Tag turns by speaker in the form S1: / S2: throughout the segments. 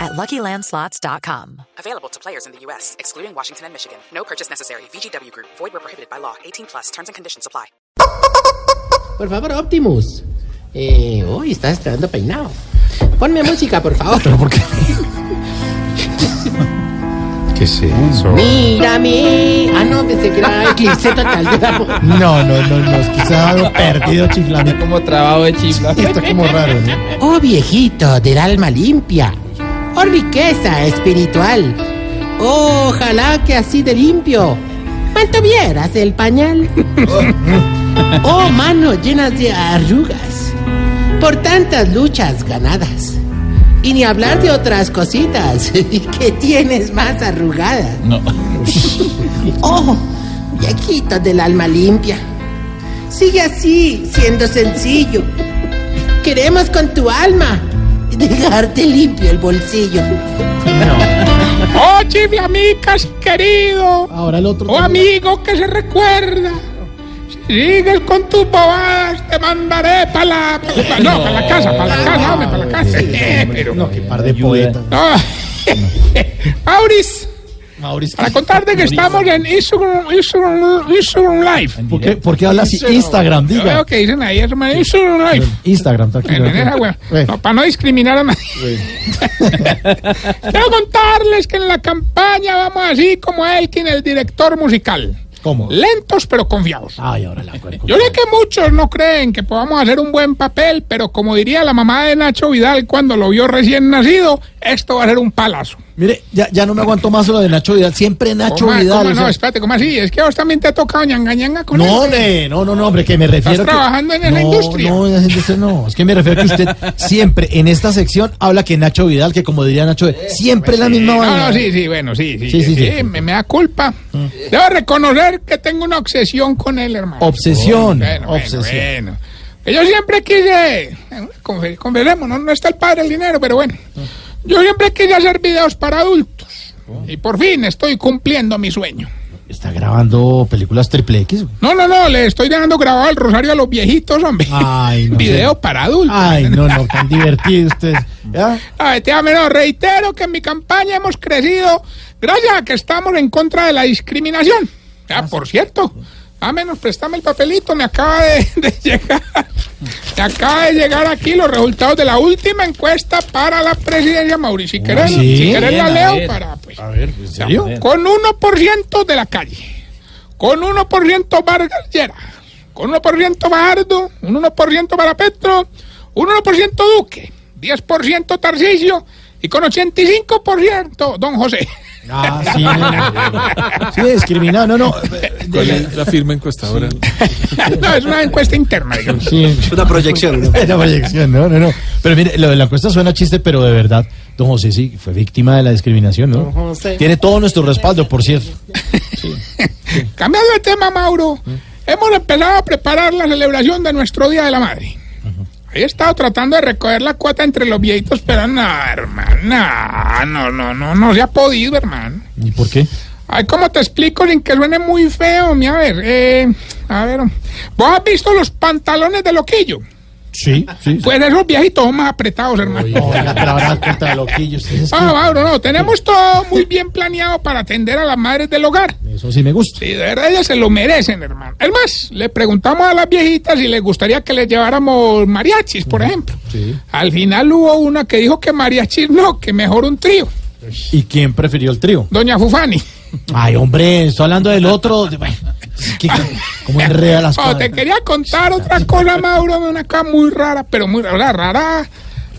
S1: at luckylandslots.com.
S2: Available to players in the U.S., excluding Washington and Michigan. No purchase necessary. VGW Group, void were prohibited by law. 18 plus terms and conditions apply.
S3: Por favor, Optimus. Eh, uy, estás quedando peinado. Ponme música, por favor.
S4: ¿Qué es eso?
S3: Mírame. Ah, no, pensé que era eclipse total del amor.
S5: No, no, no, no, es que se ha dado perdido chiflando.
S6: como trabado de chifla.
S5: Está como raro, ¿no?
S3: Oh, viejito del alma limpia. Oh, riqueza espiritual. Oh, ojalá que así de limpio. ¿Cuánto vieras el pañal? Oh, manos llenas de arrugas. Por tantas luchas ganadas. Y ni hablar de otras cositas que tienes más arrugadas. Oh, viejito del alma limpia. Sigue así, siendo sencillo. Queremos con tu alma dejarte limpio el bolsillo.
S6: Oye, mi amigas querido,
S5: Ahora el otro.
S6: o amigo que se recuerda, si sigues con tus bobadas, te mandaré para la, pa- pa- no, para la casa, para la casa, hombre, para la casa. Eh, pero-
S5: No, qué par de poetas.
S6: Ah, Auris,
S5: Mauricio.
S6: para contarte que estamos en Instagram, Instagram, Instagram Live.
S5: ¿Por qué, por qué habla así? Instagram,
S6: Yo veo
S5: diga.
S6: que dicen ahí, eso, man, Instagram Live.
S5: Instagram, tranquilo.
S6: En esa web.
S5: Eh,
S6: No, para no discriminar a nadie. Quiero contarles que en la campaña vamos así como Elkin, el director musical.
S5: ¿Cómo?
S6: Lentos pero confiados.
S5: Ay, ahora la cuerpo.
S6: Yo sé que muchos no creen que podamos hacer un buen papel, pero como diría la mamá de Nacho Vidal cuando lo vio recién nacido, esto va a ser un palazo.
S5: Mire, ya, ya no me aguanto más lo de Nacho Vidal. Siempre Nacho
S6: ¿Cómo-
S5: Vidal.
S6: cómo
S5: o
S6: no,
S5: sea-
S6: espérate, ¿cómo así? Es que a vos también te ha tocado ñanga ñanga con
S5: no,
S6: él.
S5: hombre, no, no, no, hombre, que me refiero. que-
S6: trabajando en esa
S5: No,
S6: industria.
S5: No, en esa industria no. Es que me refiero a que usted siempre en esta sección habla que Nacho Vidal, que como diría Nacho, siempre la misma
S6: No,
S5: vaina.
S6: no, pues sí, sí, bueno, sí, sí,
S5: Sí, sí,
S6: sí,
S5: sí. Ah.
S6: Me, me da culpa. Debo reconocer que tengo una obsesión con él, hermano.
S5: Obsesión,
S6: Bueno, bueno,
S5: obsesión.
S6: bueno. Que Yo siempre quise, confe- confesemos, no, no está el padre el dinero, pero bueno. Yo siempre quise hacer videos para adultos. Y por fin estoy cumpliendo mi sueño.
S5: Está grabando películas triple X.
S6: No, no, no, le estoy dejando grabado el rosario a los viejitos, hombre.
S5: Ay, no.
S6: Video para adultos.
S5: Ay, no, no, tan divertido usted. ¿Ya?
S6: A ver, te amo, no, reitero que en mi campaña hemos crecido gracias a que estamos en contra de la discriminación. Ah, por cierto, a menos préstame el papelito, me acaba de, de llegar. Me acaba de llegar aquí los resultados de la última encuesta para la presidencia, Mauricio. Si querés,
S5: sí.
S6: si querés la
S4: Bien, a
S6: leo
S4: ver.
S6: para... Pues,
S5: ¿En serio?
S6: con 1% de la calle. Con 1% Vargas Lleras. Con 1% Bajardo. Un 1% para Petro. Un 1% Duque. 10% Tarcisio. Y con 85% Don José.
S5: Ah, sí. no, no. Ah, Sí, discriminado, no, no.
S4: ¿Cuál es la firma encuestadora?
S6: no, es una encuesta interna, digamos.
S5: Sí.
S3: Una proyección.
S5: Era proyección, no, no, no. Pero mire, lo de la encuesta suena chiste, pero de verdad, don José sí fue víctima de la discriminación, ¿no? Tiene todo nuestro respaldo, por cierto.
S6: Cambiando de tema, Mauro. Hemos empezado a preparar la celebración de nuestro Día de la Madre. He estado tratando de recoger la cuota entre los viejitos, pero no, hermano, no, no, no, no se ha podido, hermano.
S5: ¿Y por qué?
S6: Ay, ¿cómo te explico sin que suene muy feo? Mira, a ver, eh, a ver, ¿vos has visto los pantalones de loquillo?
S5: Sí, sí.
S6: Pues esos viejitos son más apretados, hermano.
S5: Oiga, pero ahora contra loquillo, ustedes es que-
S6: Ah, Mauro, no, tenemos todo muy bien planeado para atender a las madres del hogar.
S5: Eso sí me gusta.
S6: Sí, de verdad ellas se lo merecen, hermano. Es más, le preguntamos a las viejitas si les gustaría que les lleváramos mariachis, por ejemplo.
S5: Sí.
S6: Al final hubo una que dijo que mariachis no, que mejor un trío.
S5: ¿Y quién prefirió el trío?
S6: Doña Fufani.
S5: Ay, hombre, estoy hablando del otro. de- bueno, ¿qué- ¿Cómo enreda las
S6: Oh, te
S5: cosas?
S6: quería contar otra cosa, Mauro, de una cosa muy rara, pero muy rara, rara.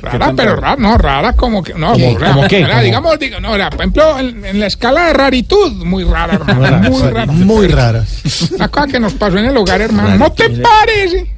S6: Rara, pero rara, no, rara como que, no,
S5: ¿Qué?
S6: como rara,
S5: ¿Cómo qué?
S6: rara,
S5: ¿Cómo?
S6: digamos, digo, no, era, por ejemplo, en, en la escala de raritud, muy rara, hermano, muy rara.
S5: Muy raras.
S6: Una cosa que nos pasó en el hogar, hermano, ¿no te parece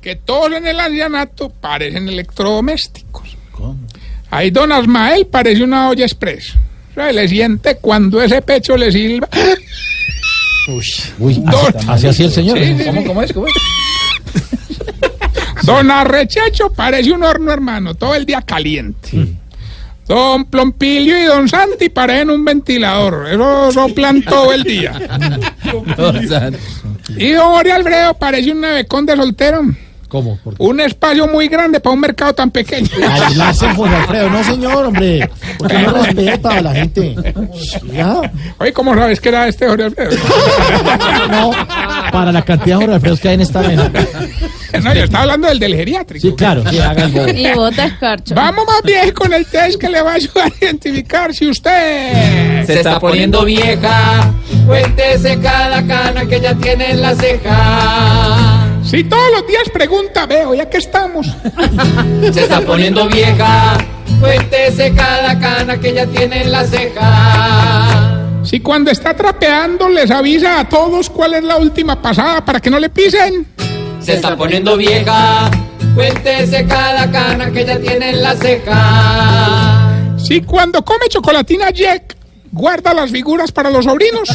S6: que todos en el ancianato parecen electrodomésticos? Ahí don Asmael parece una olla express, o sea, le siente cuando ese pecho le silba.
S5: Uy,
S6: Dos.
S5: hace- hace así el señor.
S6: Sí, sí, sí. Don Arrechecho parece un horno, hermano, todo el día caliente. Don Plompilio y Don Santi parecen un ventilador. Eso soplan todo el día. Y Don Jorge Alfredo parece un navecón de soltero.
S5: ¿Cómo? ¿Por qué?
S6: Un espacio muy grande para un mercado tan pequeño.
S5: Ay, no hace Jorge Alfredo, no señor, hombre. Porque no respeta a la gente. ¿Ya?
S6: Oye, ¿cómo sabes que era este Jorge Alfredo?
S5: No, para la cantidad de Jorge Alfredo que hay en esta mesa.
S6: No, yo estaba hablando del del geriátrico.
S5: Sí, claro, sí, haga el bobo.
S7: Y bota escarcha.
S6: Vamos más bien con el test que le va a ayudar a identificar si usted...
S8: Se está poniendo vieja. Cuéntese cada cana que ya tiene en la ceja.
S6: Si todos los días pregunta, veo, ya que estamos.
S8: Se está poniendo vieja. Cuéntese cada cana que ya tiene en la ceja.
S6: Si cuando está trapeando les avisa a todos cuál es la última pasada para que no le pisen.
S8: Se está poniendo vieja. Cuéntese cada cana que ya tiene en la ceja.
S6: Si cuando come chocolatina Jack guarda las figuras para los sobrinos.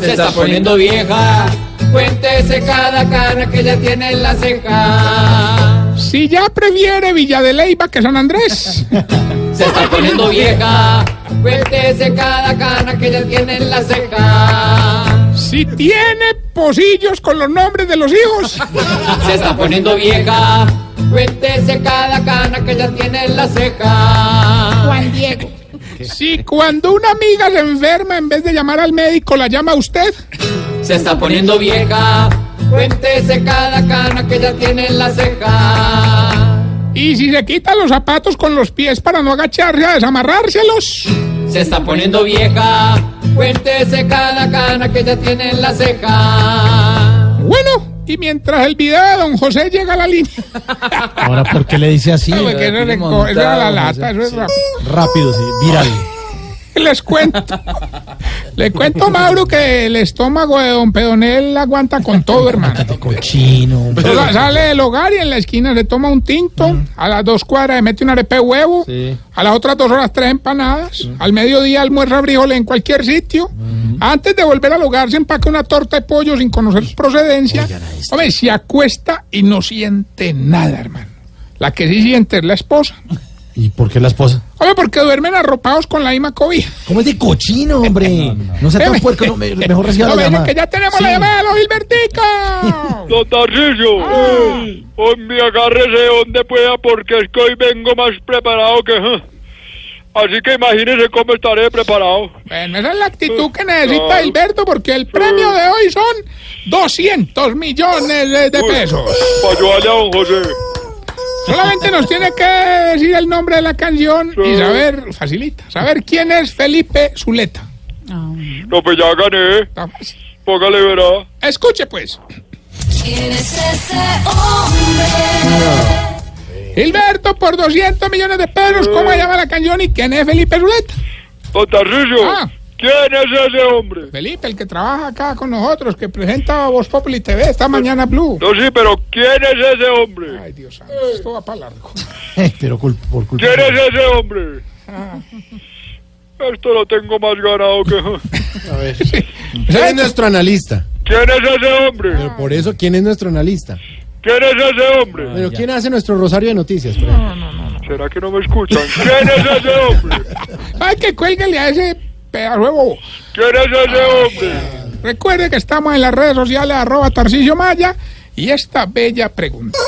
S8: Se está poniendo vieja. Cuéntese cada cana que ya tiene en la ceja.
S6: Si ya prefiere Villa de Leyva que San Andrés.
S8: Se está poniendo vieja. Cuéntese cada cana que ya tiene en la ceja.
S6: Si tiene pocillos con los nombres de los hijos.
S8: Se está poniendo vieja. Cuéntese cada cana que ya tiene en la ceja.
S7: Juan Diego.
S6: Si cuando una amiga se enferma en vez de llamar al médico la llama a usted.
S8: Se está poniendo vieja. Cuéntese cada cana que ya tiene en la ceja.
S6: Y si se quita los zapatos con los pies para no agacharse a desamarrárselos.
S8: Se está poniendo vieja. Cuéntese cada cana que ya tiene en la ceja.
S6: Bueno, y mientras el video de don José llega a la línea.
S5: Ahora, ¿por qué le dice así?
S6: Ah, porque eso le co- eso era la lata, eso es rápido.
S5: Rápido, sí, viral.
S6: Les cuento. Le cuento, Mauro, que el estómago de don Pedonel aguanta con todo, hermano.
S5: Cochino.
S6: Sa- Sale del hogar y en la esquina se toma un tinto. A las dos cuadras le mete un arepe de huevo.
S5: Sí.
S6: A las otras dos horas tres empanadas. Al mediodía almuerza frijoles en cualquier sitio. Antes de volver al hogar se empaca una torta de pollo sin conocer su procedencia. Hombre, se acuesta y no siente nada, hermano. La que sí siente es la esposa.
S5: ¿Y por qué la esposa?
S6: Hombre, porque duermen arropados con la misma cobija.
S5: ¿Cómo es de cochino, hombre? No, sea tan puerco, no, me- mejor reciba
S6: No,
S5: la
S6: ven,
S5: llamada.
S6: que ya tenemos
S5: Sí.
S6: la llamada de los Gilberticos.
S9: Don Tarcillo, hombre, agárrese donde pueda porque es que hoy vengo más preparado que... ja. Así que imagínese cómo estaré preparado.
S6: bueno, esa es la actitud que necesita Gilberto porque el premio de hoy son 200 millones de, de pesos.
S9: Para ayudarle a don José.
S6: Solamente nos tiene que decir el nombre de la canción y saber, facilita, saber quién es Felipe Zuleta.
S9: No, pues ya gané.
S6: Está fácil.
S9: Póngale, verá.
S6: Escuche pues.
S7: ¿Quién es ese hombre?
S6: Gilberto por 200 millones de pesos, ¿cómo se llama la canción y quién es Felipe Zuleta?
S9: Don Tarcillo,
S6: Ah.
S9: ¿quién es ese hombre?
S6: Felipe, el que trabaja acá con nosotros, que presenta Voz Populi TV esta mañana Blue.
S9: No, sí, pero ¿quién es ese hombre?
S6: Ay, Dios santo, esto va para largo.
S5: Pero cul- por culpa.
S9: ¿Quién es ese hombre? Esto lo tengo más ganado que... ja.
S10: ¿Quién es nuestro analista?
S9: ¿Quién es ese hombre?
S10: Por eso, ¿quién es nuestro analista?
S9: ¿Quién es ese hombre?
S10: Pero ¿quién hace nuestro rosario de noticias? por ejemplo?
S9: ¿Será que no me escuchan? ¿Quién es ese hombre?
S6: Ay, que cuélguele a ese pedazo de bobo.
S9: ¿Quién es ese hombre?
S6: Recuerde que estamos en las redes sociales arroba Tarcillo Maya y esta bella pregunta.